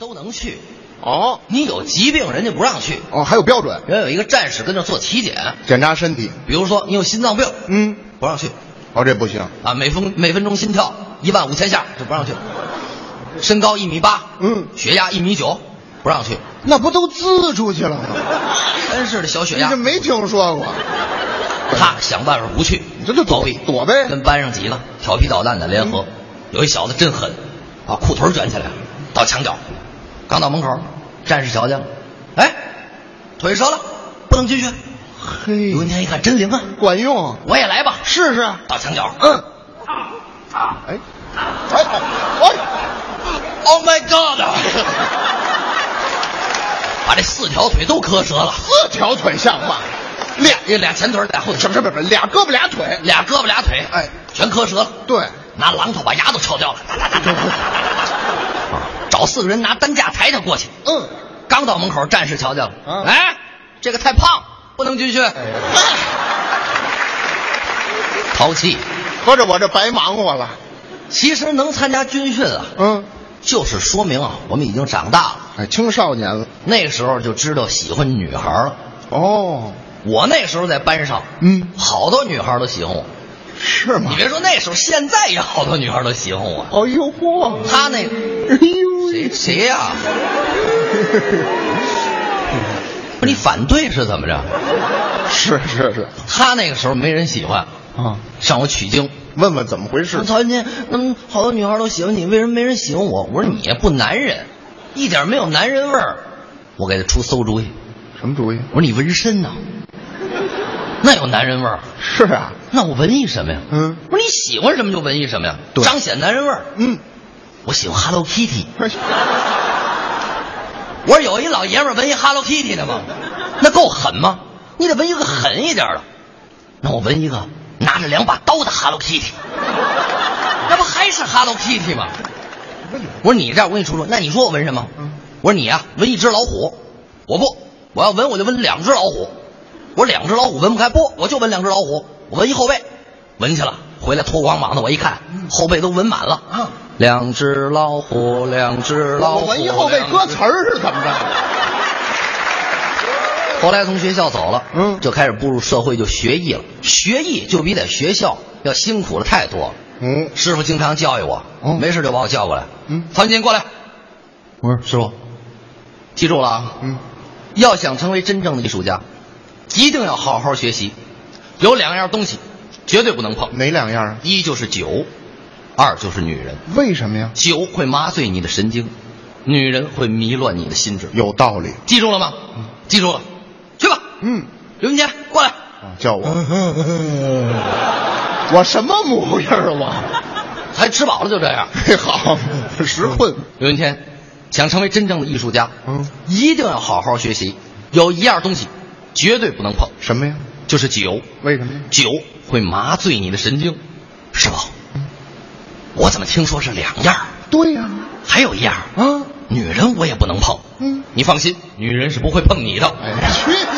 都能去，哦你有疾病人家不让去。哦，还有标准，人家有一个战士跟那儿做体检，检查身体。比如说你有心脏病，嗯，不让去哦，这不行。啊，每分每分钟心跳一万五千下就不让去，身高一米八，嗯，血压一米九，不让去，那不都滋出去了吗？真是的小血你压这，没听说过？ 他想办法不去，你这就逃躲避躲呗。嗯跟班上几个调皮捣蛋的联合，有一小子真狠，把裤腿卷起来，到墙角，刚到门口，战士瞧见了，哎，腿折了，不能军训。嘿刘文天一看真灵啊，管用，我也来吧，试试。到墙角，嗯。哎，哎哎， ，Oh my God！把这四条腿都磕折了，四条腿像话，俩这俩前腿俩后什腿，么什么什么，俩胳膊俩腿。俩胳膊俩腿，哎全磕折了。对，拿榔头把牙都敲掉了，找四个人拿担架抬他过去。嗯，刚到门口，战士瞧见了，啊哎，这个太胖，不能军训。淘气，合着我这白忙活了。其实能参加军训啊，嗯，就是说明啊，我们已经长大了。哎，青少年了。那时候就知道喜欢女孩了。哦，我那时候在班上，嗯，好多女孩都喜欢我。是吗你？别说那时候，现在也好多女孩都喜欢我。哦呦嚯！他那哎呦谁谁呀、 不是你反对是怎么着？是是是他那个时候没人喜欢，啊，向我取经。问问怎么回事说？曹云金，嗯，好多女孩都喜欢你，为什么没人喜欢我？我说你也不男人，一点没有男人味儿。我给他出馊主意，什么主意？我说你纹身呢、那有男人味儿，是啊，那我纹一什么呀？嗯我说你喜欢什么就纹一什么呀，对彰显男人味儿。嗯，我喜欢 Hello Kitty，我说有一老爷们儿纹一 Hello Kitty 的吗？那够狠吗？你得纹一个狠一点的。那我纹一个拿着两把刀的 Hello Kitty，那不还是 Hello Kitty 吗？我说你这样，我给你出出。那你说我纹什么？我说你呀、纹一只老虎。我不，我要纹我就纹两只老虎。我说两只老虎纹不开，不，我就纹两只老虎。我纹一后背，纹去了。回来脱光膀子，我一看后背都纹满了。嗯啊两只老虎，两只老我虎。我文艺后背两只歌词儿是怎么着？后来从学校走了，嗯就开始步入社会，就学艺了。学艺就比在学校要辛苦了太多了。嗯，师傅经常教育我，哦没事就把我叫过来，嗯曹云金过来，我师傅，记住了啊，嗯，要想成为真正的艺术家，一定要好好学习。有两样东西绝对不能碰，哪两样啊？一就是酒，二就是女人。为什么呀？酒会麻醉你的神经，女人会迷乱你的心智。有道理。记住了吗？记住了，去吧。嗯，刘云杰，过来。啊叫我，嗯我什么模样啊还吃饱了就这样。我？ 嘿，好，时困。刘云天，想成为真正的艺术家，嗯，一定要好好学习。有一样东西绝对不能碰，什么呀？就是酒。为什么呀？酒会麻醉你的神经。师傅，我怎么听说是两样儿？对呀，还有一样儿，啊，女人我也不能碰。嗯，你放心，女人是不会碰你的。哎，去。